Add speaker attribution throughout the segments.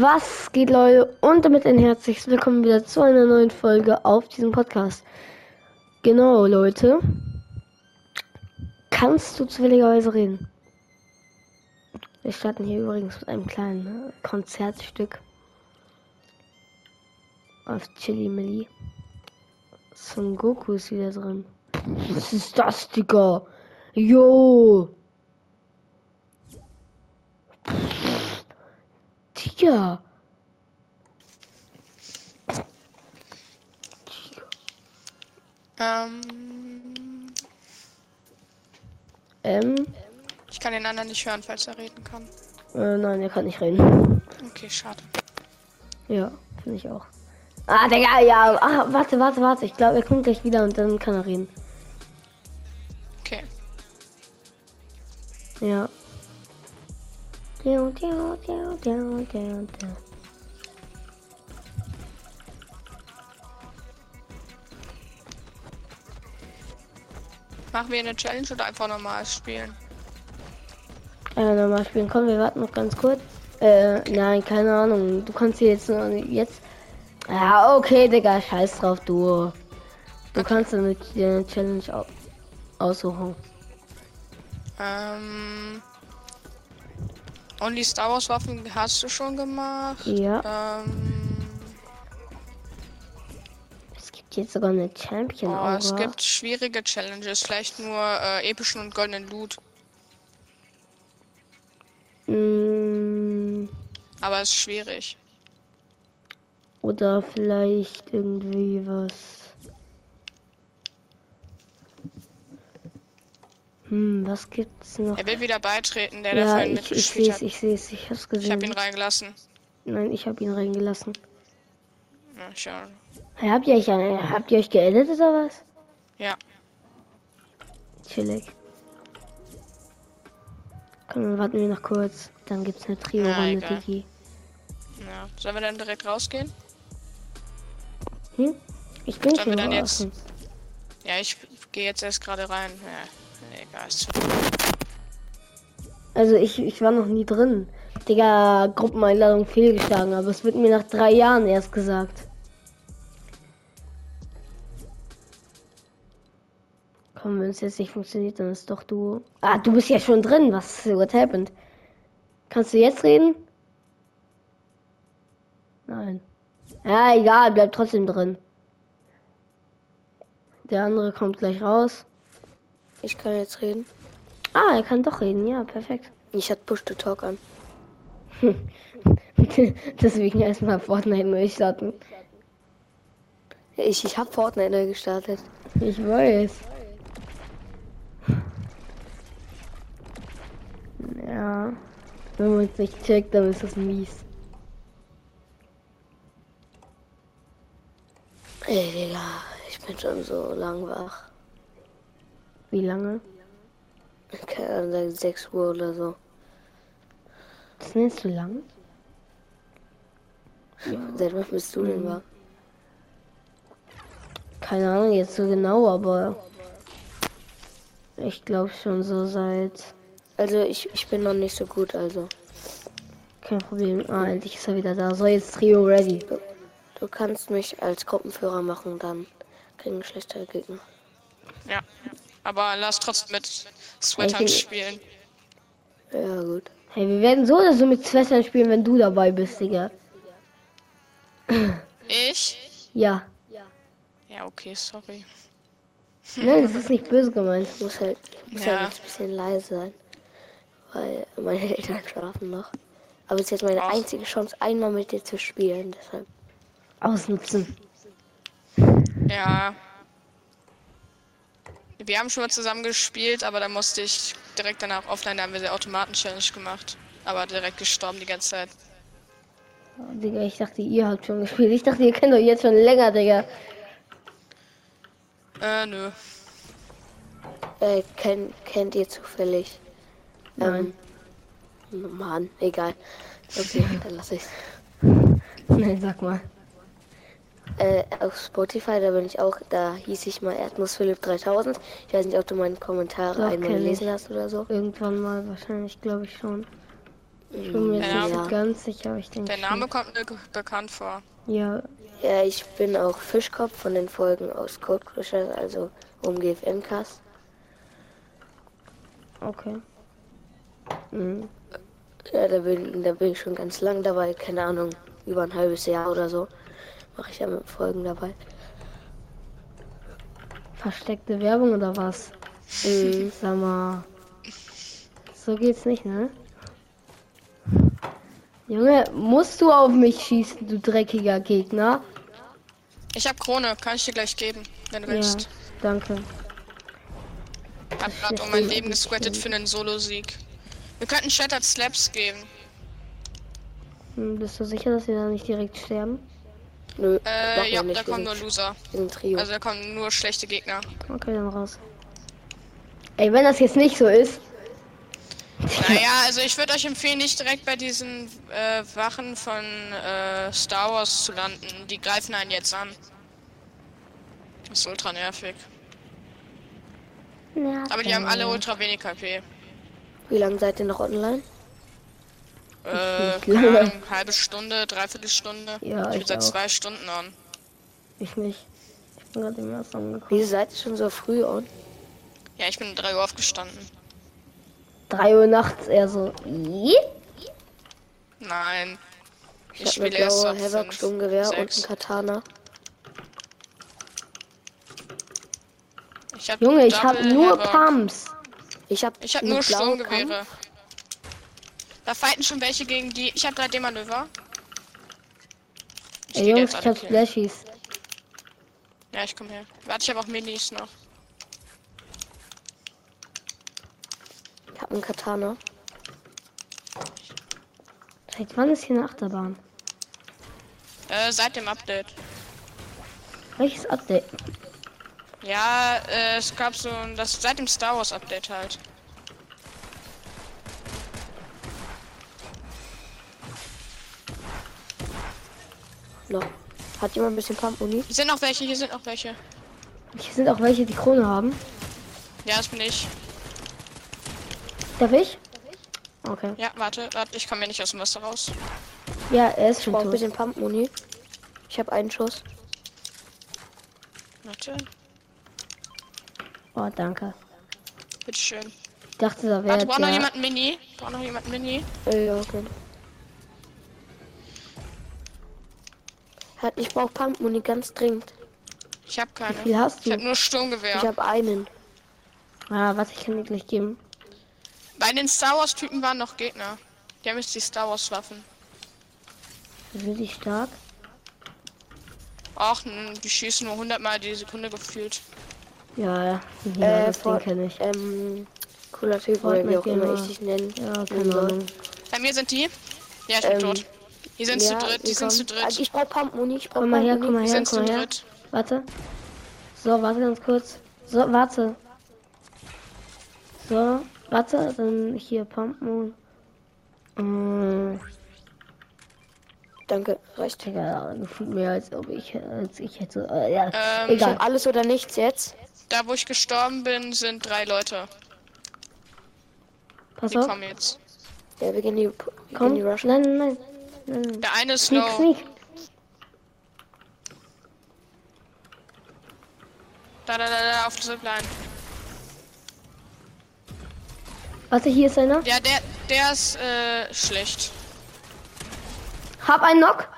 Speaker 1: Was geht, Leute? Und damit ein herzliches Willkommen wieder zu einer neuen Folge auf diesem Podcast. Genau, Leute. Kannst du zufälligerweise reden? Wir starten hier übrigens mit einem kleinen ne, Konzertstück auf Chili Milli. Son Goku ist wieder drin. Was ist das, Digga? Yo! Digga!
Speaker 2: Ähm,
Speaker 1: Ähm,
Speaker 2: ich kann den anderen nicht hören, falls er reden kann.
Speaker 1: äh, nein, der kann nicht reden.
Speaker 2: Okay, schade.
Speaker 1: Ja, finde ich auch. Ah, Digga, ja. Ah, warte, warte, warte. Ich glaube, er kommt gleich wieder und dann kann er reden.
Speaker 2: Okay.
Speaker 1: Ja. Ja, ja, ja, ja, ja, ja.
Speaker 2: Machen wir eine Challenge oder einfach normal spielen?
Speaker 1: Äh, nochmal spielen. Komm, wir warten noch ganz kurz. Äh, nein, keine Ahnung. Du kannst hier jetzt noch nicht- jetzt. Ja, okay, Digga, scheiß drauf, du. Du kannst eine, eine Challenge au aussuchen.
Speaker 2: Ähm, Only Star Wars Waffen hast du schon gemacht.
Speaker 1: Ja.
Speaker 2: Ähm,
Speaker 1: Es gibt jetzt sogar eine Champion
Speaker 2: oh,
Speaker 1: Aura.
Speaker 2: es gibt schwierige Challenges, vielleicht nur äh, epischen und goldenen Loot.
Speaker 1: Mm,
Speaker 2: Aber es ist schwierig.
Speaker 1: oder vielleicht irgendwie was. Hm, was gibt's noch?
Speaker 2: Er will wieder beitreten, der
Speaker 1: Ja, ich,
Speaker 2: dafür
Speaker 1: ich
Speaker 2: halt mitgespielt
Speaker 1: sehe es,
Speaker 2: hat.
Speaker 1: ich sehe es, ich hab's
Speaker 2: Ich
Speaker 1: gesehen.
Speaker 2: habe ihn reingelassen.
Speaker 1: Nein, ich habe ihn reingelassen.
Speaker 2: Ja, schade.
Speaker 1: Hey, Habt ihr euch, äh, habt ihr euch geeditet oder was?
Speaker 2: Ja.
Speaker 1: Chillig. Komm, dann warten wir noch kurz. Dann gibt's eine
Speaker 2: Na,
Speaker 1: Trio-Runde,
Speaker 2: egal.
Speaker 1: Digi.
Speaker 2: ja. Sollen wir dann direkt rausgehen?
Speaker 1: Hm? Ich bin
Speaker 2: Sollen wir
Speaker 1: schon
Speaker 2: dann jetzt-
Speaker 1: draußen.
Speaker 2: Ja, ich gehe jetzt erst gerade rein. Ja, egal. Ist zu
Speaker 1: Also ich, ich war noch nie drin. Digga, Gruppeneinladung fehlgeschlagen, aber es wird mir nach drei Jahren erst gesagt. Komm, wenn es jetzt nicht funktioniert, dann ist doch du. Ah, du bist ja schon drin. Was what happened? Kannst du jetzt reden? Nein. Ja, egal, bleib trotzdem drin. Der andere kommt gleich raus.
Speaker 3: Ich kann jetzt reden.
Speaker 1: Ah, er kann doch reden. Ja, perfekt.
Speaker 3: Ich hatte Push to Talk an.
Speaker 1: Deswegen erstmal Fortnite neu starten.
Speaker 3: Ich, ich habe Fortnite neu gestartet.
Speaker 1: Ich weiß. Ja. Wenn man es nicht checkt, dann ist das mies.
Speaker 3: Ey, Digga, ich bin schon so lang wach.
Speaker 1: Wie lange?
Speaker 3: Keine Ahnung, seit 6 Uhr oder so.
Speaker 1: Das nennst du lang?
Speaker 3: Seit wann bist du denn wach?
Speaker 1: Keine Ahnung jetzt so genau, aber ich glaube schon so seit.
Speaker 3: Also, ich, ich bin noch nicht so gut, also.
Speaker 1: Kein Problem. Ah, endlich ist er wieder da. So, jetzt Trio ready.
Speaker 3: Du kannst mich als Gruppenführer machen, dann kriegen schlechter Gegner.
Speaker 2: Ja, aber lass trotzdem mit Sweatern
Speaker 1: Ich-
Speaker 2: spielen.
Speaker 3: Ja, gut.
Speaker 1: Hey, wir werden so oder so mit Schwestern spielen, wenn du dabei bist, Digga.
Speaker 2: Ich?
Speaker 1: Ja.
Speaker 2: Ja, okay, sorry.
Speaker 1: Nein, das ist nicht böse gemeint.
Speaker 3: Ich muss halt, ich muss
Speaker 2: Ja.
Speaker 3: halt jetzt ein bisschen leise sein. Weil meine Eltern schlafen noch. Aber es ist jetzt meine
Speaker 2: Ach.
Speaker 3: einzige Chance, einmal mit dir zu spielen, deshalb.
Speaker 1: Ausnutzen.
Speaker 2: Ja. Wir haben schon mal zusammen gespielt, aber dann musste ich direkt danach offline, da haben wir die Automaten-Challenge gemacht. Aber direkt gestorben die ganze Zeit.
Speaker 1: Oh, Digga, ich dachte, ihr habt schon gespielt. Ich dachte, ihr kennt euch jetzt schon länger, Digga.
Speaker 2: Äh, nö.
Speaker 3: Äh, kennt, kennt ihr zufällig?
Speaker 1: Nein.
Speaker 3: Ähm, Mann, egal. Okay, dann lass ich's.
Speaker 1: Ähm, Nein, sag mal.
Speaker 3: Äh, auf Spotify, da bin ich auch, da hieß ich mal Erdnuss Philipp 3000. Ich weiß nicht, ob du meine Kommentare
Speaker 1: Doch,
Speaker 3: einmal
Speaker 1: kenn ich.
Speaker 3: gelesen hast oder so.
Speaker 1: Irgendwann mal wahrscheinlich, glaube ich schon. Ich bin mir jetzt
Speaker 2: Ja.
Speaker 1: nicht so ganz sicher, aber ich denke.
Speaker 2: Der Name kommt mir bekannt vor.
Speaker 1: schon. Ja,
Speaker 3: Ja, ich bin auch Fischkopf von den Folgen aus Code Crushers, also um GFM-Cast.
Speaker 1: okay. Mhm.
Speaker 3: Ja, da bin, da bin ich schon ganz lang dabei, keine Ahnung, über ein halbes Jahr oder so. Mache ich ja mit Folgen dabei.
Speaker 1: Versteckte Werbung oder was? Mhm. Sag mal. So geht's nicht, ne? Junge, musst du auf mich schießen, du dreckiger Gegner?
Speaker 2: Ich habe Krone, kann ich dir gleich geben, wenn du
Speaker 1: Ja,
Speaker 2: willst.
Speaker 1: danke.
Speaker 2: Hab grad um mein Leben gesquattet für einen Solo-Sieg. Wir könnten Shattered Slaps geben.
Speaker 1: Hm, bist du sicher, dass wir da nicht direkt sterben?
Speaker 3: Nö, machen
Speaker 2: Äh,
Speaker 3: wir
Speaker 2: ja,
Speaker 3: nicht,
Speaker 2: da
Speaker 3: wir
Speaker 2: kommen nur
Speaker 3: sind-
Speaker 2: Loser.
Speaker 3: wir sind Trio.
Speaker 2: Also da kommen nur schlechte Gegner.
Speaker 1: Okay, dann raus. Ey, wenn das jetzt nicht so ist.
Speaker 2: Naja, also ich würde euch empfehlen, nicht direkt bei diesen äh, Wachen von äh, Star Wars zu landen. Die greifen einen jetzt an. Das ist ultra nervig.
Speaker 1: Ja,
Speaker 2: Aber die haben alle ultra wenig Äh, KP.
Speaker 3: Wie lange seid ihr noch online?
Speaker 2: Äh,
Speaker 1: Nicht lange.
Speaker 2: keine Ahnung, halbe Stunde, dreiviertel Stunde.
Speaker 1: Ja,
Speaker 2: ich bin
Speaker 1: ich
Speaker 2: seit
Speaker 1: auch.
Speaker 2: zwei Stunden an.
Speaker 1: Ich nicht. Ich bin gerade im ersten angekommen.
Speaker 3: Wieso seid ihr schon so früh on?
Speaker 2: Ja, ich bin um 3 Uhr aufgestanden.
Speaker 1: 3 Uhr nachts eher so. "Ih?"
Speaker 2: Nein. Ich,
Speaker 3: Ich hab
Speaker 2: spiele
Speaker 3: eine
Speaker 2: erst
Speaker 3: blaue
Speaker 2: ab
Speaker 3: Havoc,
Speaker 2: fünf,
Speaker 3: Sturmgewehr und
Speaker 2: sechs.
Speaker 3: ein Katana.
Speaker 2: Ich hab
Speaker 1: Junge, ich hab
Speaker 2: Double
Speaker 1: nur
Speaker 2: Havoc.
Speaker 1: Pumps.
Speaker 3: Ich hab,
Speaker 2: Ich hab
Speaker 3: eine
Speaker 2: nur
Speaker 3: blaue
Speaker 2: Sturmgewehre.
Speaker 3: Kampf-
Speaker 2: Da fighten schon welche gegen die. Ich hab 3D-Manöver.
Speaker 1: Ey, Jungs, ich hab Splashies.
Speaker 2: Ja, ich komm her. Warte, ich hab auch Minis noch.
Speaker 3: Ich hab einen Katana.
Speaker 1: Seit wann ist hier eine Achterbahn?
Speaker 2: Äh, seit dem Update.
Speaker 1: Welches Update?
Speaker 2: Ja, äh, es gab so ein. Das, seit dem Star Wars Update halt.
Speaker 3: Noch. Hat jemand ein bisschen Pump-Uni?
Speaker 2: Hier sind noch welche, hier sind noch welche.
Speaker 1: Hier sind auch welche, die Krone haben.
Speaker 2: Ja, das bin ich.
Speaker 1: Darf ich? Okay.
Speaker 2: Ja, warte, warte, ich komme mir nicht aus dem Wasser raus.
Speaker 1: Ja, er ist
Speaker 3: Ich
Speaker 1: schon
Speaker 3: brauch ein
Speaker 1: tot.
Speaker 3: bisschen Pump-Uni. Ich hab einen Schuss.
Speaker 2: Warte,
Speaker 1: Oh, danke.
Speaker 2: bitteschön.
Speaker 1: Ich dachte, da wäre
Speaker 2: Warte, braucht noch
Speaker 1: der...
Speaker 2: jemand ein Mini? Braucht noch jemand ein Mini?
Speaker 3: Äh, ja, okay. Hat, ich brauch Pump-Uni ganz dringend.
Speaker 2: Ich hab keine.
Speaker 1: Wie hast
Speaker 2: Ich hab
Speaker 1: du?
Speaker 2: nur Sturmgewehr.
Speaker 3: Ich hab einen.
Speaker 1: Ah, warte, ich kann dir gleich geben.
Speaker 2: Bei den Star Wars Typen waren noch Gegner. Die haben jetzt die Star Wars Waffen.
Speaker 1: Sind die stark?
Speaker 2: Ach, n- die schießen nur 100 Mal die Sekunde gefühlt.
Speaker 1: Ja, ja.
Speaker 3: Äh,
Speaker 1: ja das Ding
Speaker 3: Fort-
Speaker 1: kenne ich.
Speaker 3: Ähm, cooler Typ, oder
Speaker 1: Fortnite
Speaker 3: wie auch immer
Speaker 1: Gamer.
Speaker 3: ich dich nennen.
Speaker 1: Ja,
Speaker 3: nennen
Speaker 1: keine
Speaker 3: soll.
Speaker 1: Ahnung.
Speaker 2: Bei mir sind die. Ja, ich bin
Speaker 3: Ähm,
Speaker 2: tot. Die sind
Speaker 3: Ja,
Speaker 2: zu dritt, die
Speaker 3: wir
Speaker 2: sind zu
Speaker 3: kommen. Also
Speaker 2: dritt.
Speaker 3: ich brauch Pump-Uni, ich brauch
Speaker 1: Komm mal her,
Speaker 3: Pump-Uni.
Speaker 1: komm mal
Speaker 2: Die
Speaker 1: her,
Speaker 2: sind
Speaker 1: komm
Speaker 2: zu
Speaker 1: mal her.
Speaker 2: dritt.
Speaker 1: Warte. So, warte ganz kurz. So, warte. So, warte, dann hier Pumpen. Mm,
Speaker 3: Danke, reicht.
Speaker 1: Digga, gefühlt mehr als ob ich als ich hätte. Äh, ja,
Speaker 2: Ähm,
Speaker 3: Ich
Speaker 1: egal.
Speaker 3: hab alles oder nichts jetzt.
Speaker 2: Da, wo ich gestorben bin, sind drei Leute.
Speaker 1: Pass
Speaker 2: Die
Speaker 1: auf.
Speaker 2: kommen jetzt.
Speaker 3: Ja, wir gehen die, wir
Speaker 1: Komm.
Speaker 3: gehen die
Speaker 1: Nein,
Speaker 3: Rush.
Speaker 1: nein, nein. nein. nein.
Speaker 2: Der eine ist
Speaker 1: Sneak,
Speaker 2: low.
Speaker 1: sneak.
Speaker 2: Da, da, da, da, auf der Zipline.
Speaker 1: Warte, hier ist einer.
Speaker 2: Ja, der, der ist, äh, schlecht.
Speaker 1: Hab einen Knock.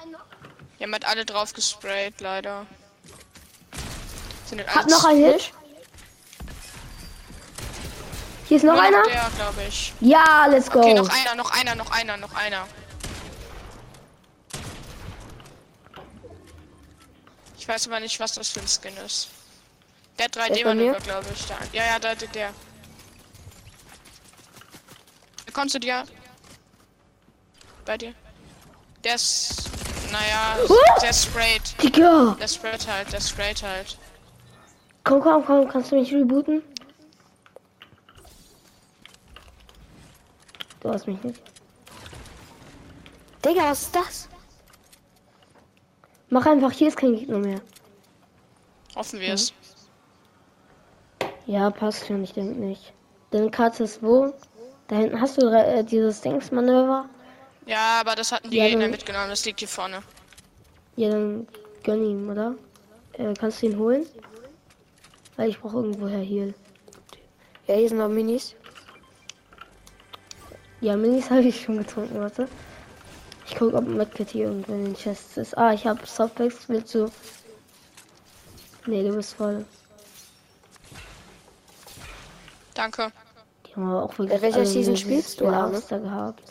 Speaker 2: Die haben halt alle drauf gesprayt, leider. Sind halt
Speaker 1: Hab
Speaker 2: alle
Speaker 1: noch
Speaker 2: zu-
Speaker 1: einen Hit. Hier ist noch
Speaker 2: Nur
Speaker 1: einer.
Speaker 2: Der, glaube ich.
Speaker 1: Ja, let's go.
Speaker 2: Okay, noch einer, noch einer, noch einer, noch einer. Ich weiß aber nicht, was das für ein Skin ist. Der
Speaker 3: Der ist bei
Speaker 2: 3D-Manöver,
Speaker 3: mir?
Speaker 2: glaube ich. Da. Ja, ja, da, der, der. Da Kommst du dir? Bei dir? Der ist. Naja,
Speaker 1: Ah!
Speaker 2: der sprayt.
Speaker 1: Digga.
Speaker 2: Der sprayt halt, der sprayt halt.
Speaker 1: Komm, komm, komm. Kannst du mich rebooten? Du hast mich nicht.
Speaker 3: Digga, was ist das?
Speaker 1: Mach einfach, hier ist kein Gegner mehr.
Speaker 2: Hoffen wir
Speaker 3: Mhm.
Speaker 2: es.
Speaker 1: Ja, passt schon, ich denke nicht. Deine Karte ist wo? Da hinten hast du äh, dieses Dingsmanöver.
Speaker 2: Ja, aber das hatten die
Speaker 1: Ja,
Speaker 2: Gegner
Speaker 1: dann-
Speaker 2: mitgenommen, das liegt hier vorne.
Speaker 1: Ja, dann gönn ihm, oder? Äh, kannst du ihn holen? Weil ich brauche irgendwoher Heal.
Speaker 3: Ja, hier sind noch Minis.
Speaker 1: Ja, Minis habe ich schon getrunken, warte. Ich gucke, ob Medkit hier irgendwo in den Chests ist. Ah, ich habe Softpacks. Willst du? Nee, du bist voll.
Speaker 2: Danke.
Speaker 1: Die haben aber auch wirklich
Speaker 3: Äh, welcher
Speaker 1: alle
Speaker 3: Season
Speaker 1: dieses
Speaker 3: spielst du, Arne?
Speaker 1: Laster gehabt.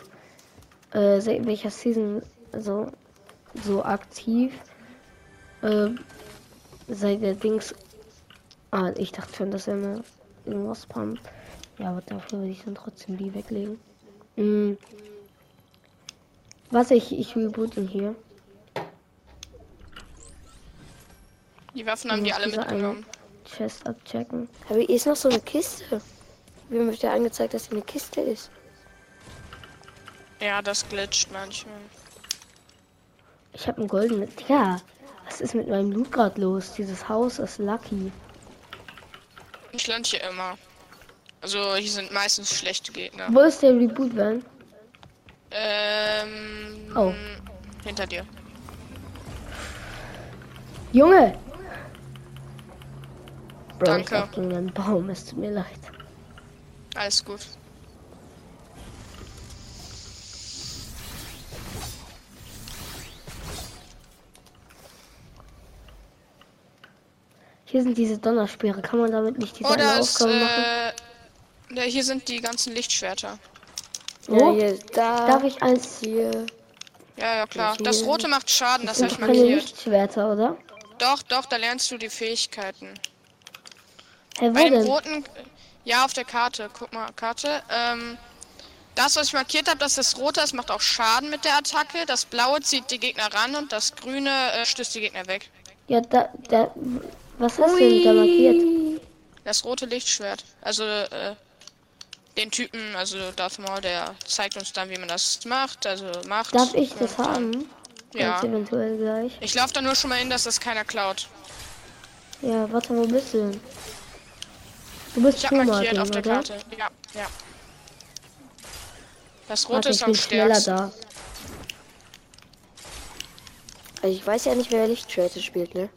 Speaker 1: Äh, se- welcher Season so, so aktiv? Äh, seit der Dings. Ah, ich dachte schon, dass er eine irgendwas spammt. Ja, aber dafür würde ich dann trotzdem die weglegen. Mm. Was ich, ich reboot ihn hier.
Speaker 2: Die Waffen haben die alle
Speaker 1: Diese eine
Speaker 2: mitgenommen.
Speaker 1: Chest abchecken.
Speaker 3: Aber hier ist noch so eine Kiste. Mir wird ja angezeigt, dass hier eine Kiste ist.
Speaker 2: Ja, das glitscht manchmal.
Speaker 1: Ich habe einen goldenen. Digga, was ist mit meinem Loot gerade los? Dieses Haus ist lucky.
Speaker 2: Ich lande hier immer. Also hier sind meistens schlechte Gegner.
Speaker 1: Wo ist der Reboot Van?
Speaker 2: Ähm.
Speaker 1: Oh.
Speaker 2: Hinter dir.
Speaker 1: Junge! Bro, ich
Speaker 2: Danke.
Speaker 1: lauf gegen einen Baum, es tut mir leid.
Speaker 2: Alles gut.
Speaker 1: Hier sind diese Donnerspeere, kann man damit nicht diese
Speaker 2: Oder
Speaker 1: eine
Speaker 2: ist,
Speaker 1: Aufgabe machen?
Speaker 2: Oh, äh, ne, hier sind die ganzen Lichtschwerter.
Speaker 3: Ja,
Speaker 1: Wo?
Speaker 3: hier, da,
Speaker 1: Darf ich eins?
Speaker 3: hier.
Speaker 2: Ja, ja, klar.
Speaker 3: Hier.
Speaker 2: Das rote macht Schaden, das
Speaker 1: Das
Speaker 2: habe ich
Speaker 1: sind keine
Speaker 2: markiert.
Speaker 1: Lichtschwerter, oder?
Speaker 2: Doch, doch, da lernst du die Fähigkeiten.
Speaker 1: Hä, wo
Speaker 2: Bei dem
Speaker 1: denn?
Speaker 2: roten. Ja, auf der Karte. Guck mal, Karte. Ähm. Das, was ich markiert habe, dass das rote, das macht auch Schaden mit der Attacke. Das blaue zieht die Gegner ran und das grüne äh, stößt die Gegner weg.
Speaker 1: Ja, da, da, was hast du denn da markiert?
Speaker 2: Das rote Lichtschwert. Also, äh, den Typen, also Darth Maul, der zeigt uns dann, wie man das macht. Also macht.
Speaker 1: Darf ich das
Speaker 2: und dann-
Speaker 1: haben?
Speaker 2: Ja.
Speaker 1: Jetzt eventuell gleich.
Speaker 2: Ich laufe da nur schon mal hin, dass das keiner klaut.
Speaker 1: Ja, warte, wo bist du denn? Du bist
Speaker 2: Ich hab
Speaker 1: Puma,
Speaker 2: markiert auf der
Speaker 1: oder?
Speaker 2: Karte. Ja, ja. Das rote
Speaker 1: Warte,
Speaker 2: ist
Speaker 1: ich
Speaker 2: am
Speaker 1: bin schneller
Speaker 2: stärksten.
Speaker 1: da.
Speaker 3: Also ich weiß ja nicht, wer Lichtschwerte spielt, ne?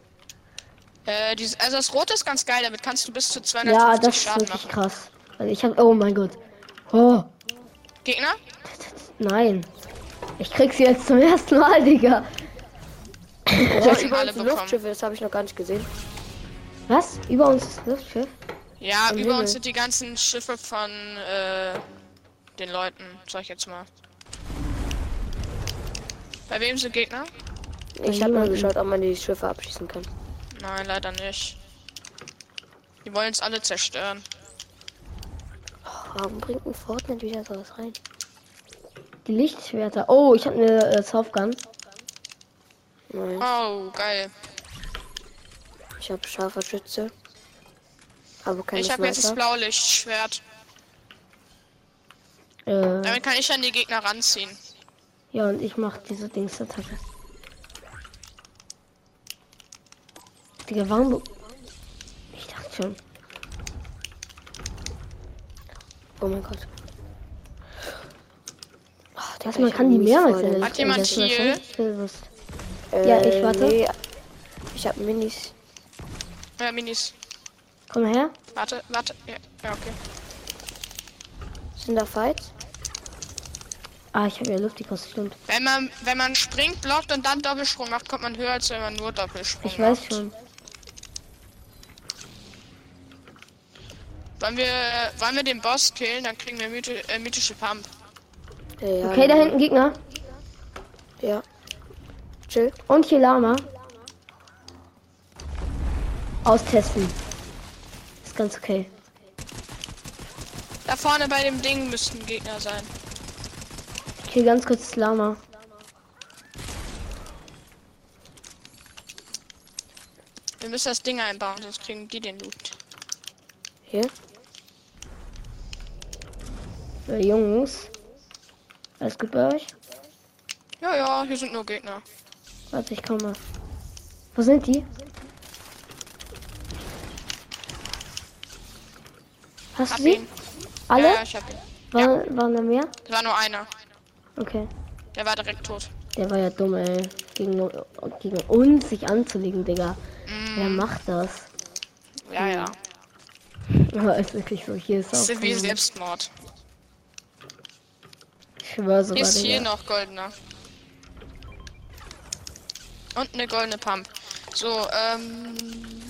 Speaker 2: Äh, dies- also das rote ist ganz geil, damit kannst du bis zu
Speaker 1: Ja,
Speaker 2: 250
Speaker 1: das ist
Speaker 2: Schaden
Speaker 1: wirklich
Speaker 2: machen.
Speaker 1: krass. Also ich hab, oh mein Gott. Oh.
Speaker 2: Gegner?
Speaker 1: Nein. Ich krieg's jetzt zum ersten Mal, Digga.
Speaker 3: Das
Speaker 2: haben
Speaker 3: ist
Speaker 2: alle
Speaker 3: übrigens ein
Speaker 2: bekommen.
Speaker 3: Luftschiff, das habe ich noch gar nicht gesehen.
Speaker 1: Was? Über uns ist ein Luftschiff?
Speaker 2: Ja,
Speaker 3: Im
Speaker 2: über
Speaker 3: Himmel.
Speaker 2: uns sind die ganzen Schiffe von äh, den Leuten, sag ich jetzt mal. Bei wem sind Gegner?
Speaker 3: Ich habe mal
Speaker 1: jemanden.
Speaker 3: geschaut, ob man die Schiffe abschießen kann.
Speaker 2: Nein, leider nicht. Die wollen uns alle zerstören.
Speaker 3: Warum bringt ein Fortnite wieder sowas rein?
Speaker 1: Die Lichtschwerter. Oh, ich hab eine äh, Softgun.
Speaker 3: Nein,
Speaker 2: Oh, geil.
Speaker 3: ich habe scharfer Schütze. Aber keine
Speaker 2: ich habe jetzt das
Speaker 3: Sniper.
Speaker 2: Blaulichtschwert.
Speaker 1: Äh,
Speaker 2: Damit kann ich dann die Gegner ranziehen.
Speaker 1: ja, und ich mach diese Dingsattacke. Digga, warum... be- Ich dachte schon.
Speaker 3: Oh mein Gott. Ach,
Speaker 1: Was,
Speaker 3: Digga,
Speaker 1: man
Speaker 3: ich
Speaker 1: kann
Speaker 3: hab
Speaker 1: die
Speaker 3: mies
Speaker 1: mehrmals
Speaker 3: Freude.
Speaker 1: in der
Speaker 2: Hat jemand
Speaker 1: das ist mir
Speaker 2: Heal?
Speaker 1: völlig bewusst.
Speaker 3: ne? Äh,
Speaker 1: Ja, ich warte.
Speaker 3: Nee, ich habe Minis.
Speaker 2: Ja, Minis.
Speaker 1: Komm her.
Speaker 2: Warte, warte. Ja, ja okay.
Speaker 3: Sind da Fights?
Speaker 1: Ah, ich habe ja Luftikus, stimmt.
Speaker 2: Wenn man, wenn man springt, blockt und dann Doppelsprung macht, kommt man höher, als wenn man nur Doppelsprung
Speaker 1: Ich weiß
Speaker 2: macht.
Speaker 1: schon.
Speaker 2: Wollen wir, wollen wir den Boss killen, dann kriegen wir mythi äh, mythische Pump.
Speaker 3: Äh, ja,
Speaker 1: Okay, da hinten Gegner.
Speaker 3: Ja. Chill.
Speaker 1: Und hier Lama. Austesten. Ist ganz okay.
Speaker 2: Da vorne bei dem Ding müssten Gegner sein.
Speaker 1: Ich kill ganz kurz das Lama.
Speaker 2: Wir müssen das Ding einbauen, sonst kriegen die den Loot.
Speaker 3: Hier.
Speaker 1: Äh, Jungs. Alles gut bei euch?
Speaker 2: Ja, ja, hier sind nur Gegner.
Speaker 1: Warte, ich komme. Wo sind die? Hast
Speaker 2: Hab
Speaker 1: du sie?
Speaker 2: ihn.
Speaker 1: Alle?
Speaker 2: Ja, ich hab ihn.
Speaker 1: War, waren da mehr?
Speaker 2: Es war nur einer.
Speaker 1: Okay.
Speaker 2: Der war direkt tot.
Speaker 1: Der war ja dumm, ey. Gegen, gegen uns sich anzulegen, Digga.
Speaker 2: Mm.
Speaker 1: Wer macht das?
Speaker 2: Ja, ja.
Speaker 1: Aber ist wirklich so, hier ist
Speaker 2: Das
Speaker 1: auch.
Speaker 2: ist wie
Speaker 1: Ich
Speaker 2: Selbstmord.
Speaker 1: schwör sogar,
Speaker 2: Hier ist hier
Speaker 1: Digga.
Speaker 2: noch goldener. Und eine goldene Pump. So, ähm,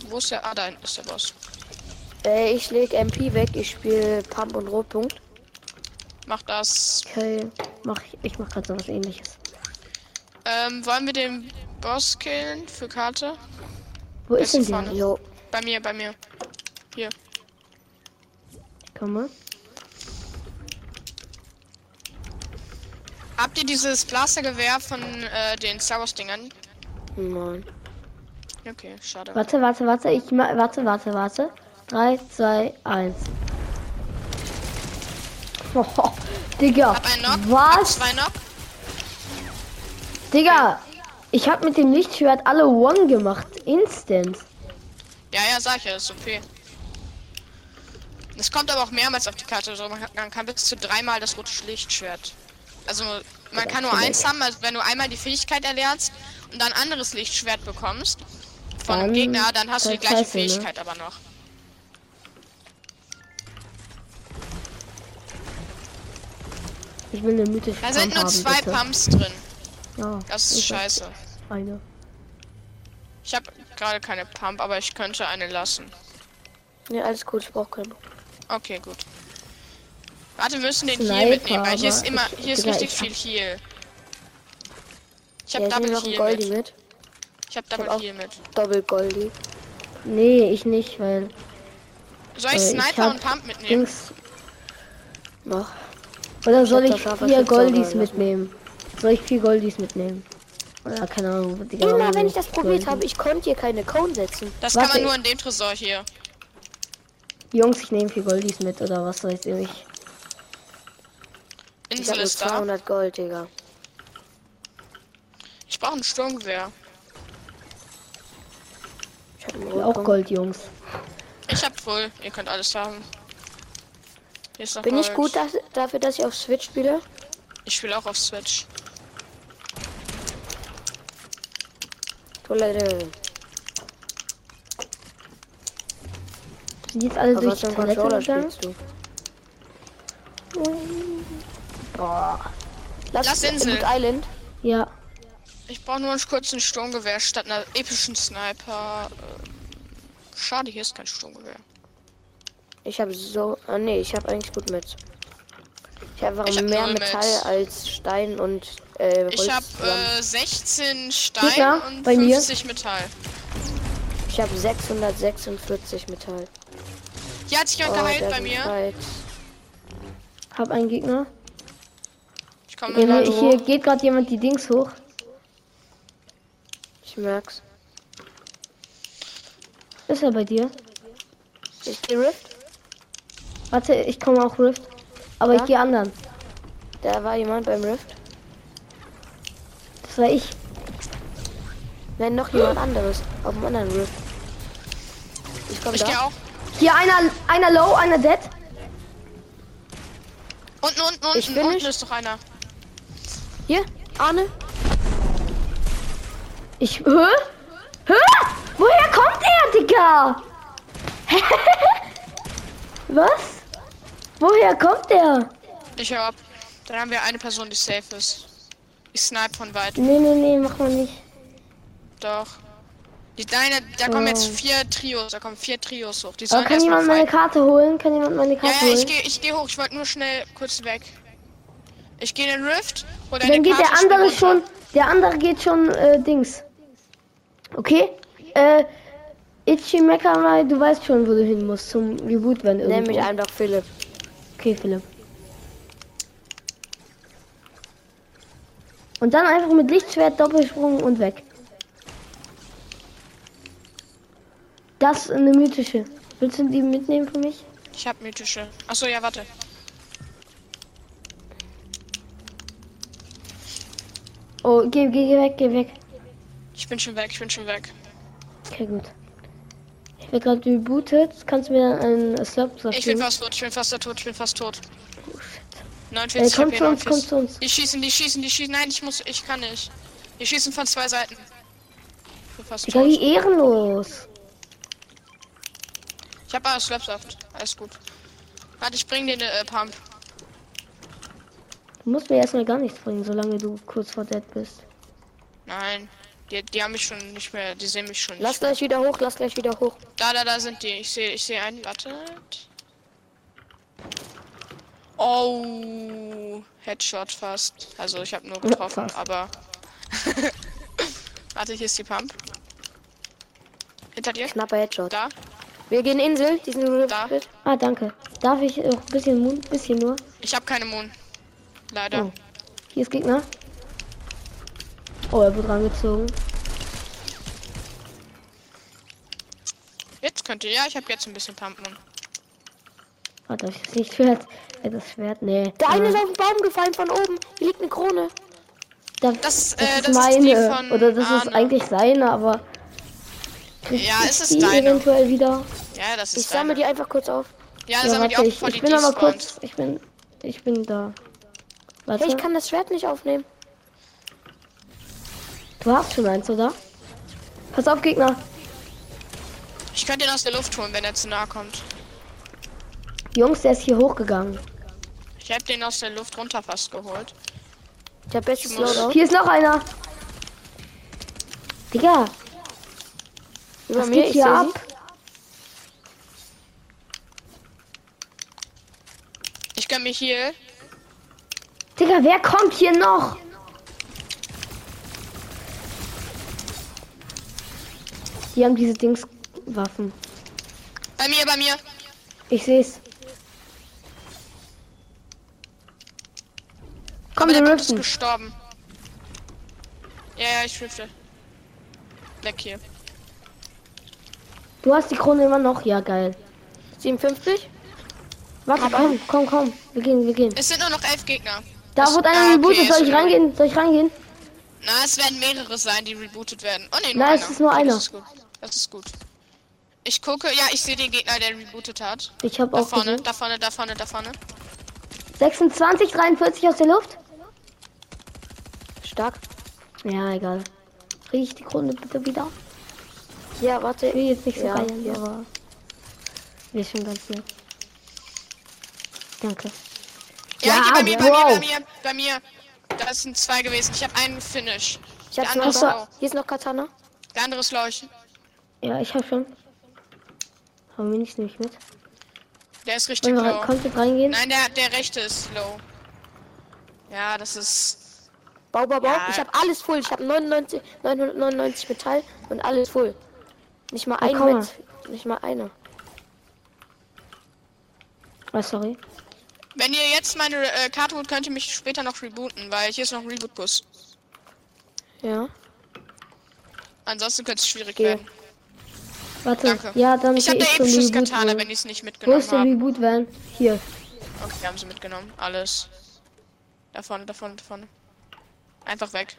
Speaker 2: wo ist der? Ah, da hinten ist der Boss.
Speaker 3: Äh, ich leg MP weg, ich spiele Pump und Rotpunkt.
Speaker 2: Mach das.
Speaker 1: Okay, mach ich, ich mach gerade sowas ähnliches.
Speaker 2: Ähm, wollen wir den Boss killen für Karte?
Speaker 1: Wo ist
Speaker 2: Ist
Speaker 1: denn der?
Speaker 2: vorne.
Speaker 3: Jo.
Speaker 2: Bei mir, bei mir. Hier.
Speaker 1: Komm mal.
Speaker 2: Habt ihr dieses Blastergewehr von äh, den Star Wars Dingern?
Speaker 3: Nein.
Speaker 2: Okay, schade.
Speaker 1: Warte, warte, warte, ich ma warte, warte, warte. 3, 2, 1. Oh, Digga.
Speaker 2: Hab einen Knock. Hab
Speaker 1: Was?
Speaker 2: zwei Knock.
Speaker 1: Digga. Ich hab mit dem Lichtschwert alle One gemacht. Instant.
Speaker 2: Ja, ja, sag ich ja, ist OP. Es kommt aber auch mehrmals auf die Karte. Also man, kann, man kann bis zu dreimal das rote Lichtschwert. Also man kann nur eins haben, also wenn du einmal die Fähigkeit erlernst und dann anderes Lichtschwert bekommst von
Speaker 1: Dann-
Speaker 2: dem Gegner, dann hast du die
Speaker 1: dann
Speaker 2: gleiche
Speaker 1: scheiße, ne?
Speaker 2: Fähigkeit aber noch.
Speaker 1: Ich will eine mythische
Speaker 2: Da sind
Speaker 1: Pump
Speaker 2: nur
Speaker 1: haben,
Speaker 2: zwei
Speaker 1: bitte.
Speaker 2: Pumps drin.
Speaker 1: Ja,
Speaker 2: Das ist
Speaker 1: ich hab
Speaker 2: scheiße.
Speaker 1: Eine.
Speaker 2: Ich habe gerade keine Pump, aber ich könnte eine lassen.
Speaker 3: Ja, alles gut, ich brauch keine.
Speaker 2: Okay, gut. Warte, wir müssen den Heal
Speaker 1: Sniper,
Speaker 2: mitnehmen, weil hier ist
Speaker 1: aber
Speaker 2: immer,
Speaker 1: ich-
Speaker 2: hier ist
Speaker 1: Digga,
Speaker 2: richtig
Speaker 1: ich
Speaker 2: viel
Speaker 1: hab-
Speaker 2: Heal. Ich
Speaker 3: Ja,
Speaker 2: habe
Speaker 3: ich nehm
Speaker 2: Double
Speaker 3: noch ein
Speaker 2: Heal
Speaker 3: Goldi
Speaker 2: mit.
Speaker 3: mit.
Speaker 2: Ich habe Double
Speaker 3: auch-
Speaker 2: Heal mit.
Speaker 3: Doppel Goldi.
Speaker 1: Nee, ich nicht, weil
Speaker 2: Soll ich
Speaker 1: Äh, ich
Speaker 2: Sniper
Speaker 1: hab
Speaker 2: und Pump mitnehmen?
Speaker 1: Dings.
Speaker 3: Noch.
Speaker 1: Oder soll
Speaker 3: hab
Speaker 1: ich
Speaker 3: das aber
Speaker 1: vier
Speaker 3: schon
Speaker 1: Goldies
Speaker 3: sauber lassen.
Speaker 1: mitnehmen? Soll ich vier Goldies mitnehmen? Oder keine Ahnung. Digga,
Speaker 3: Immer
Speaker 1: warum
Speaker 3: wenn ich das probiert
Speaker 1: Goldies?
Speaker 3: habe, ich konnte hier keine Cone setzen.
Speaker 2: Das
Speaker 1: Warte,
Speaker 2: kann man nur
Speaker 1: ich-
Speaker 2: in dem Tresor hier.
Speaker 1: Jungs, ich nehme vier Goldies mit oder was weiß ich.
Speaker 3: Ich hab
Speaker 2: Insel
Speaker 3: nur
Speaker 2: ist da.
Speaker 3: 200 Gold, Digga.
Speaker 2: Ich brauche ein Sturmgewehr.
Speaker 3: Ich hab einen
Speaker 1: Ich will auch
Speaker 3: Rotpunkt.
Speaker 1: Gold, Jungs.
Speaker 2: Ich hab voll. Ihr könnt alles haben. Hier ist noch
Speaker 3: Bin ich
Speaker 2: Gold.
Speaker 3: gut dass, dafür, dass ich auf Switch spiele?
Speaker 2: Ich spiele auch auf Switch.
Speaker 3: Toilette.
Speaker 1: Sind die jetzt alle
Speaker 3: Aber
Speaker 1: durch
Speaker 3: was
Speaker 1: die
Speaker 3: für Also einen
Speaker 1: Toilette
Speaker 3: Controller
Speaker 1: gegangen?
Speaker 3: spielst du?
Speaker 1: Boah.
Speaker 3: Lass,
Speaker 2: Lass Insel.
Speaker 3: Gut Island.
Speaker 1: Ja.
Speaker 2: Ich brauche nur einen kurzen Sturmgewehr statt einer epischen Sniper. Ähm, Schade, hier ist kein Sturmgewehr.
Speaker 3: Ich habe so. Ah, nee, ich habe eigentlich gut mit. Ich habe
Speaker 2: Ich
Speaker 3: einfach
Speaker 2: hab
Speaker 3: mehr
Speaker 2: null Metz.
Speaker 3: Metall als Stein und äh, Holz.
Speaker 2: Ich habe
Speaker 3: zusammen.
Speaker 2: äh, 16 Stein
Speaker 1: Gegner,
Speaker 2: und
Speaker 1: bei mir.
Speaker 2: 50 Metall. äh,
Speaker 3: ich habe 646 Metall.
Speaker 2: Hier hat sich jemand geheilt
Speaker 3: Oh, der
Speaker 2: halt bei mir.
Speaker 3: Fight.
Speaker 1: Hab einen Gegner.
Speaker 2: Ich komme
Speaker 1: Hier,
Speaker 2: mal
Speaker 1: hier
Speaker 2: hoch.
Speaker 1: geht gerade jemand die Dings hoch.
Speaker 3: Ich merk's.
Speaker 1: Ist er bei dir?
Speaker 3: Ist die Rift?
Speaker 1: Warte, ich komme auch Rift. Aber
Speaker 3: Ja.
Speaker 1: ich gehe anderen.
Speaker 3: Da war jemand beim Rift.
Speaker 1: Das war ich.
Speaker 3: Nein, noch jemand anderes. Auf dem anderen Rift. Ich komme
Speaker 2: Ich gehe
Speaker 3: da.
Speaker 2: auch.
Speaker 1: Hier einer, einer low, einer dead.
Speaker 2: Unten, unten,
Speaker 3: Ich
Speaker 2: unten,
Speaker 3: bin
Speaker 2: unten
Speaker 3: nicht-
Speaker 2: ist doch einer.
Speaker 3: Hier, Arne.
Speaker 1: Ich. Hä? Hä? Woher kommt er, Digga? Was? Woher kommt er?
Speaker 2: Ich hör ab. Dann haben wir eine Person, die safe ist. Ich snipe von weit.
Speaker 1: Nee, nee, nee, mach mal nicht.
Speaker 2: Doch. Die deine, da kommen jetzt
Speaker 1: Oh.
Speaker 2: vier Trios, da kommen vier Trios hoch. Die
Speaker 1: Aber
Speaker 2: sollen
Speaker 1: kann
Speaker 2: erstmal
Speaker 1: jemand meine
Speaker 2: fighten.
Speaker 1: Karte holen? Kann jemand meine Karte
Speaker 2: Ja, ja,
Speaker 1: holen?
Speaker 2: ich gehe ich geh hoch. Ich wollte nur schnell kurz weg. Ich gehe in den Rift. Hol deine
Speaker 1: Dann geht
Speaker 2: Karte,
Speaker 1: der
Speaker 2: spiel
Speaker 1: andere
Speaker 2: runter.
Speaker 1: schon. Der andere geht schon äh, Dings. Okay? Äh. Itchy Meckerei, du weißt schon, wo du hin musst zum Reboot, wenn irgendwo.
Speaker 3: Nenn mich einfach Philipp.
Speaker 1: Okay, Philipp. Und dann einfach mit Lichtschwert, Doppelsprung und weg. Das ist eine mythische. Willst du die mitnehmen für mich?
Speaker 2: Ich hab mythische. Achso, ja, warte.
Speaker 1: Oh, geh, geh, geh weg, geh weg.
Speaker 2: Ich bin schon weg, ich bin schon weg.
Speaker 1: Okay, gut. Ich werde gerade rebootet. Kannst du mir dann einen Slap
Speaker 2: Ich bin
Speaker 1: sagen?
Speaker 2: fast tot, ich bin fast tot, ich bin fast tot.
Speaker 1: Oh, shit. Ey,
Speaker 2: 49
Speaker 1: komm
Speaker 2: HP,
Speaker 1: zu uns,
Speaker 2: 49.
Speaker 1: komm zu uns.
Speaker 2: Die schießen, die schießen, die schießen. Nein, ich muss, ich kann nicht. Die schießen von zwei Seiten. Ich bin fast
Speaker 1: Digga,
Speaker 2: tot.
Speaker 1: wie ehrenlos.
Speaker 2: Ich habe alles Slapsaft. Alles gut. Warte, ich bring den äh, Pump.
Speaker 1: Du musst mir erstmal gar nichts bringen, solange du kurz vor Dead bist.
Speaker 2: Nein. Die, die haben mich schon nicht mehr, die sehen mich schon
Speaker 3: Lass
Speaker 2: nicht.
Speaker 3: gleich wieder hoch, lass gleich wieder hoch.
Speaker 2: Da, da, da sind die. Ich sehe, ich sehe einen. Wartet. Oh, Headshot fast. Also ich habe nur getroffen,
Speaker 1: Fast.
Speaker 2: aber. Warte, hier ist die Pump. Hinter dir?
Speaker 3: Knapper Headshot.
Speaker 2: Da?
Speaker 3: Wir gehen Insel, die sind nur
Speaker 2: Da.
Speaker 1: Ah, danke. Darf ich auch ein bisschen Mund, bisschen nur?
Speaker 2: Ich habe keine Moon. Leider.
Speaker 1: Oh. Hier ist Gegner. Oh, er wird rangezogen.
Speaker 2: Jetzt könnte. Ja, ich habe jetzt ein bisschen Pump Moon.
Speaker 1: Ah, darf ich das nicht Schwert? Äh, das Schwert? Nee.
Speaker 3: Der eine
Speaker 1: Ah,
Speaker 3: ist auf den Baum gefallen von oben. Hier liegt eine Krone.
Speaker 1: darf-
Speaker 2: Das
Speaker 1: das
Speaker 2: ist, äh,
Speaker 1: ist
Speaker 2: das ist die
Speaker 1: meine.
Speaker 2: von
Speaker 1: Oder das ist
Speaker 2: Arne.
Speaker 1: eigentlich seine, aber. krieg
Speaker 2: Ja,
Speaker 1: ich
Speaker 2: es ist
Speaker 1: die
Speaker 2: deine.
Speaker 1: eventuell wieder.
Speaker 2: Ja, das ist.
Speaker 3: Ich sammle
Speaker 2: deine.
Speaker 3: die einfach kurz auf.
Speaker 1: Ja,
Speaker 2: Ja, sammel Also die
Speaker 1: warte,
Speaker 2: auch,
Speaker 1: ich,
Speaker 2: bevor
Speaker 1: ich
Speaker 2: die
Speaker 1: bin aber
Speaker 2: despawnt.
Speaker 1: kurz. Ich bin. Ich bin da. Warte.
Speaker 3: Hey, ich kann das Schwert nicht aufnehmen.
Speaker 1: Du hast schon eins, oder? Pass auf, Gegner.
Speaker 2: Ich könnte ihn aus der Luft holen, wenn er zu nahe kommt.
Speaker 1: Jungs, der ist hier hochgegangen.
Speaker 2: Ich habe den aus der Luft runter fast geholt.
Speaker 3: Ich hab bestes
Speaker 2: Ich muss-
Speaker 3: Slowdown.
Speaker 1: Hier ist noch einer. Digga,
Speaker 3: Über
Speaker 1: was geht
Speaker 3: ich
Speaker 1: hier
Speaker 3: seh
Speaker 1: ab?
Speaker 2: Ich kann mich hier.
Speaker 1: Digga, wer kommt hier noch? Die haben diese Dingswaffen.
Speaker 2: Bei mir, bei mir.
Speaker 1: Ich seh's. Komm,
Speaker 2: Aber der
Speaker 1: wir
Speaker 2: Bot ist
Speaker 1: riften.
Speaker 2: gestorben. Ja, ja, ich rifte. Weg hier.
Speaker 1: Du hast die Krone immer noch. Ja, geil.
Speaker 3: sie. 57?
Speaker 1: Warte, komm, komm, komm. Wir gehen, wir gehen.
Speaker 2: Es sind nur noch elf Gegner.
Speaker 1: Da
Speaker 2: Das-
Speaker 1: wurde
Speaker 2: ah,
Speaker 1: einer rebootet.
Speaker 2: okay,
Speaker 1: Soll
Speaker 2: ist
Speaker 1: ich
Speaker 2: okay.
Speaker 1: reingehen? Soll ich reingehen?
Speaker 2: Na, es werden mehrere sein, die rebootet werden. Oh ne, nur
Speaker 1: Nein,
Speaker 2: einer.
Speaker 1: es ist nur
Speaker 2: Okay,
Speaker 1: einer.
Speaker 2: Das ist gut. Das ist gut. Ich gucke, ja, ich sehe den Gegner, der rebootet hat.
Speaker 1: Ich habe
Speaker 2: Da
Speaker 1: auch
Speaker 2: vorne,
Speaker 1: gesehen.
Speaker 2: da vorne, da vorne, da vorne.
Speaker 1: 26, 43 aus der Luft?
Speaker 3: Stark.
Speaker 1: Ja, egal. Riech die Krone bitte wieder.
Speaker 3: Ja, warte.
Speaker 1: Ich will jetzt nicht so
Speaker 3: Ja,
Speaker 1: feiern,
Speaker 3: ja.
Speaker 1: aber. Wir schon ganz nett. Danke.
Speaker 2: Ja,
Speaker 1: Ja,
Speaker 2: hier bei mir, bei
Speaker 1: wow.
Speaker 2: mir, bei mir, bei mir. Da sind zwei gewesen. Ich habe einen Finish.
Speaker 3: Ich hab's
Speaker 2: Der andere
Speaker 3: noch.
Speaker 2: ist low.
Speaker 3: Hier ist noch Katana.
Speaker 2: Der andere ist low. Ich-
Speaker 1: Ja, ich hab schon. Haben wir nicht nämlich mit.
Speaker 2: Der ist richtig
Speaker 1: Wollen wir
Speaker 2: low.
Speaker 1: rein, komplett reingehen?
Speaker 2: Nein, der, der rechte ist low. Ja, das ist.
Speaker 3: Bau, bau, bau.
Speaker 2: Ja.
Speaker 3: Ich hab alles voll. Ich hab 99, 999 Metall und alles voll. Nicht mal ein
Speaker 1: komm mal.
Speaker 3: mit. Nicht mal einer.
Speaker 1: Ah, sorry.
Speaker 2: Wenn ihr jetzt meine äh, Karte holt, könnt ihr mich später noch rebooten, weil hier ist noch ein Reboot-Bus.
Speaker 3: Ja.
Speaker 2: Ansonsten könnte es schwierig
Speaker 3: Geh.
Speaker 2: werden.
Speaker 1: Warte.
Speaker 2: Danke.
Speaker 1: Ja, dann
Speaker 2: Ich
Speaker 1: geh
Speaker 2: habe da
Speaker 1: zum
Speaker 2: eben Schuss
Speaker 1: Reboot
Speaker 2: Katana,
Speaker 1: holen.
Speaker 2: wenn ich es nicht
Speaker 1: Wo
Speaker 2: mitgenommen
Speaker 1: ist der
Speaker 2: habe.
Speaker 1: Reboot Van? Hier.
Speaker 2: Okay, haben sie mitgenommen. Alles. Da vorne, da vorne, da vorne. Einfach weg.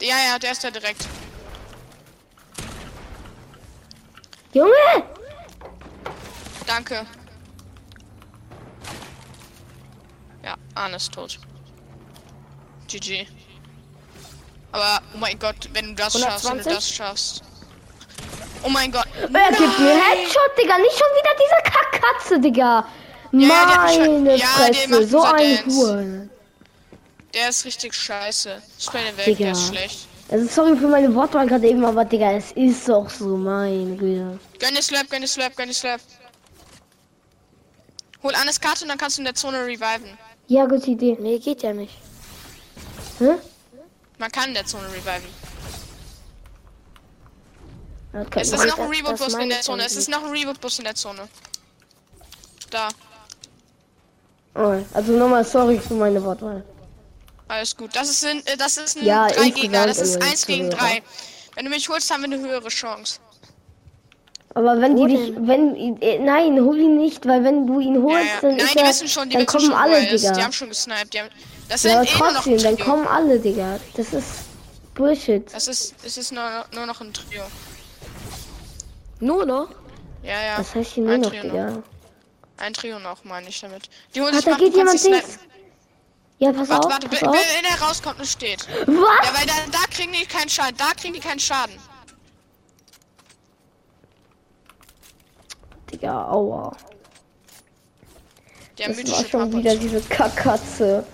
Speaker 2: Ja, ja, der ist da direkt.
Speaker 1: Junge!
Speaker 2: Danke. Ja, Arne ist tot. GG. Aber, oh mein Gott, wenn du das schaffst, wenn du
Speaker 3: 120?
Speaker 2: das schaffst. Oh mein Gott.
Speaker 1: Er gibt mir Headshot, Digga. Nicht schon wieder diese Kackkatze, Digga.
Speaker 2: ja, der hat mich schon-
Speaker 1: Meine
Speaker 2: Ja, der
Speaker 1: Fresse.
Speaker 2: macht
Speaker 1: So
Speaker 2: unser
Speaker 1: ein
Speaker 2: Dance.
Speaker 1: Huren.
Speaker 2: Der ist richtig scheiße. Ich bin weg,
Speaker 1: Digga.
Speaker 2: der ist schlecht.
Speaker 1: Also sorry für meine Wortwahl gerade eben, aber Digga, es ist doch so, meine Güte.
Speaker 2: Gönn dir Slap, gönn dir Slap, gönn dir Slap. Hol Annes Karte und dann kannst du in der Zone reviven.
Speaker 1: Ja, gute Idee.
Speaker 3: Nee, geht ja nicht.
Speaker 1: Hä?
Speaker 2: Man kann in der Zone reviven.
Speaker 1: Ja, kann
Speaker 2: Es
Speaker 1: man-
Speaker 2: ist noch ein
Speaker 3: das- das
Speaker 2: Reboot-Bus in
Speaker 3: meine
Speaker 2: der
Speaker 3: ich
Speaker 2: Zone. Es
Speaker 3: eigentlich.
Speaker 2: ist noch ein Reboot-Bus in der Zone. Da.
Speaker 1: Oh, also nochmal sorry für meine Wortwahl.
Speaker 2: Alles gut. Das ist ein, äh, das ist ein
Speaker 1: Ja,
Speaker 2: drei
Speaker 1: insgesamt
Speaker 2: Gegner. Das ist
Speaker 1: immer
Speaker 2: eins gegen
Speaker 1: Zuhörer.
Speaker 2: drei. Wenn du mich holst, haben wir eine höhere Chance.
Speaker 1: Aber wenn
Speaker 3: Wo
Speaker 1: die dich, wenn, äh, nein, hol ihn nicht, weil wenn du ihn holst,
Speaker 2: Ja, ja.
Speaker 1: dann,
Speaker 2: Nein,
Speaker 1: ist
Speaker 2: die
Speaker 1: er,
Speaker 2: wissen schon, die
Speaker 1: dann
Speaker 2: wissen
Speaker 1: kommen
Speaker 2: schon, wo
Speaker 1: alle,
Speaker 2: er ist. Die
Speaker 1: Digga.
Speaker 2: haben schon gesniped. Die haben, das sind
Speaker 1: Ja, aber
Speaker 2: eh nur noch ein
Speaker 1: trotzdem, dann
Speaker 2: Trio.
Speaker 1: kommen alle, Digga. Das ist Bullshit.
Speaker 2: Das ist, es ist nur, nur noch ein Trio.
Speaker 3: Nur noch?
Speaker 2: Ja, ja.
Speaker 1: Das heißt hier nur
Speaker 2: Ein
Speaker 1: noch,
Speaker 2: Trio
Speaker 1: Digga.
Speaker 2: Ein Trio noch, meine ich damit. Die holen
Speaker 1: Ah,
Speaker 2: sich
Speaker 1: da
Speaker 2: ab, du
Speaker 1: geht
Speaker 2: kannst
Speaker 1: jemand
Speaker 2: sie
Speaker 1: links.
Speaker 2: snipen.
Speaker 1: Ja, pass
Speaker 2: Warte,
Speaker 1: auf,
Speaker 2: warte,
Speaker 1: pass
Speaker 2: wenn
Speaker 1: auf.
Speaker 2: wenn er rauskommt und steht. Ja,
Speaker 1: Was?
Speaker 2: weil da, da kriegen die keinen Schaden. Da kriegen die keinen Schaden.
Speaker 1: Digga, aua.
Speaker 2: Der
Speaker 1: Das war
Speaker 2: mythische
Speaker 1: schon
Speaker 2: Papa.
Speaker 1: wieder diese Kackatze.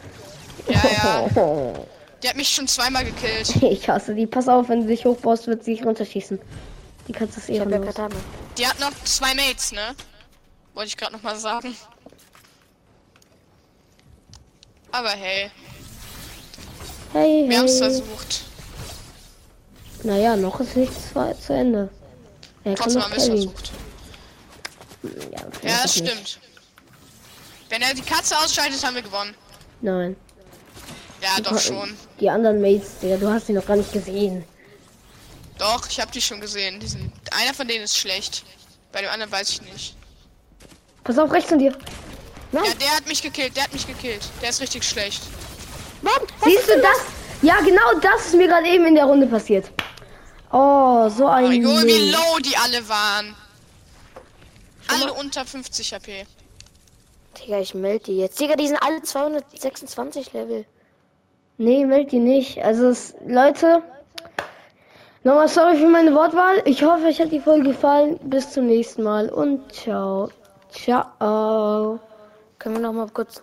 Speaker 2: Ja, ja. Der hat mich schon zweimal gekillt.
Speaker 1: Ich hasse die. Pass auf, wenn sie sich hochbaust, wird sie sich runterschießen. Die Katze ist
Speaker 3: Ich hab ja
Speaker 1: ehrenlos.
Speaker 3: Katana.
Speaker 2: Die hat noch zwei Mates, ne? Wollte ich gerade nochmal sagen. Aber hey,
Speaker 1: Hey,
Speaker 2: wir haben
Speaker 1: hey.
Speaker 2: es versucht.
Speaker 1: Naja, noch ist nichts zu- zu Ende. Er kann
Speaker 2: Trotzdem
Speaker 1: noch
Speaker 2: haben wir es
Speaker 1: carryen.
Speaker 2: versucht.
Speaker 1: Ja, vielleicht
Speaker 2: Ja, das
Speaker 1: auch nicht.
Speaker 2: stimmt. Wenn er die Katze ausschaltet, haben wir gewonnen.
Speaker 1: Nein.
Speaker 2: Ja, doch
Speaker 1: Ko-
Speaker 2: schon.
Speaker 1: Die anderen Mates, Digga, du hast sie noch gar nicht gesehen.
Speaker 2: Doch, ich habe die schon gesehen. Die sind, einer von denen ist schlecht. Bei dem anderen weiß ich nicht.
Speaker 1: Pass auf, rechts von dir. Nein,
Speaker 2: Ja, der hat mich gekillt. Der hat mich gekillt. Der ist richtig schlecht.
Speaker 1: warte, siehst du das? Ja, genau das ist mir gerade eben in der Runde passiert. Oh, so ein.
Speaker 2: Oh, wie
Speaker 1: Mist.
Speaker 2: low die alle waren. Alle unter 50 HP.
Speaker 3: Digga, ich melde die jetzt. Digga, die sind alle 226 Level.
Speaker 1: Nee, meld die nicht. Also, es, Leute, nochmal sorry für meine Wortwahl. Ich hoffe, euch hat die Folge gefallen. Bis zum nächsten Mal und ciao. Ciao.
Speaker 3: Können wir noch mal kurz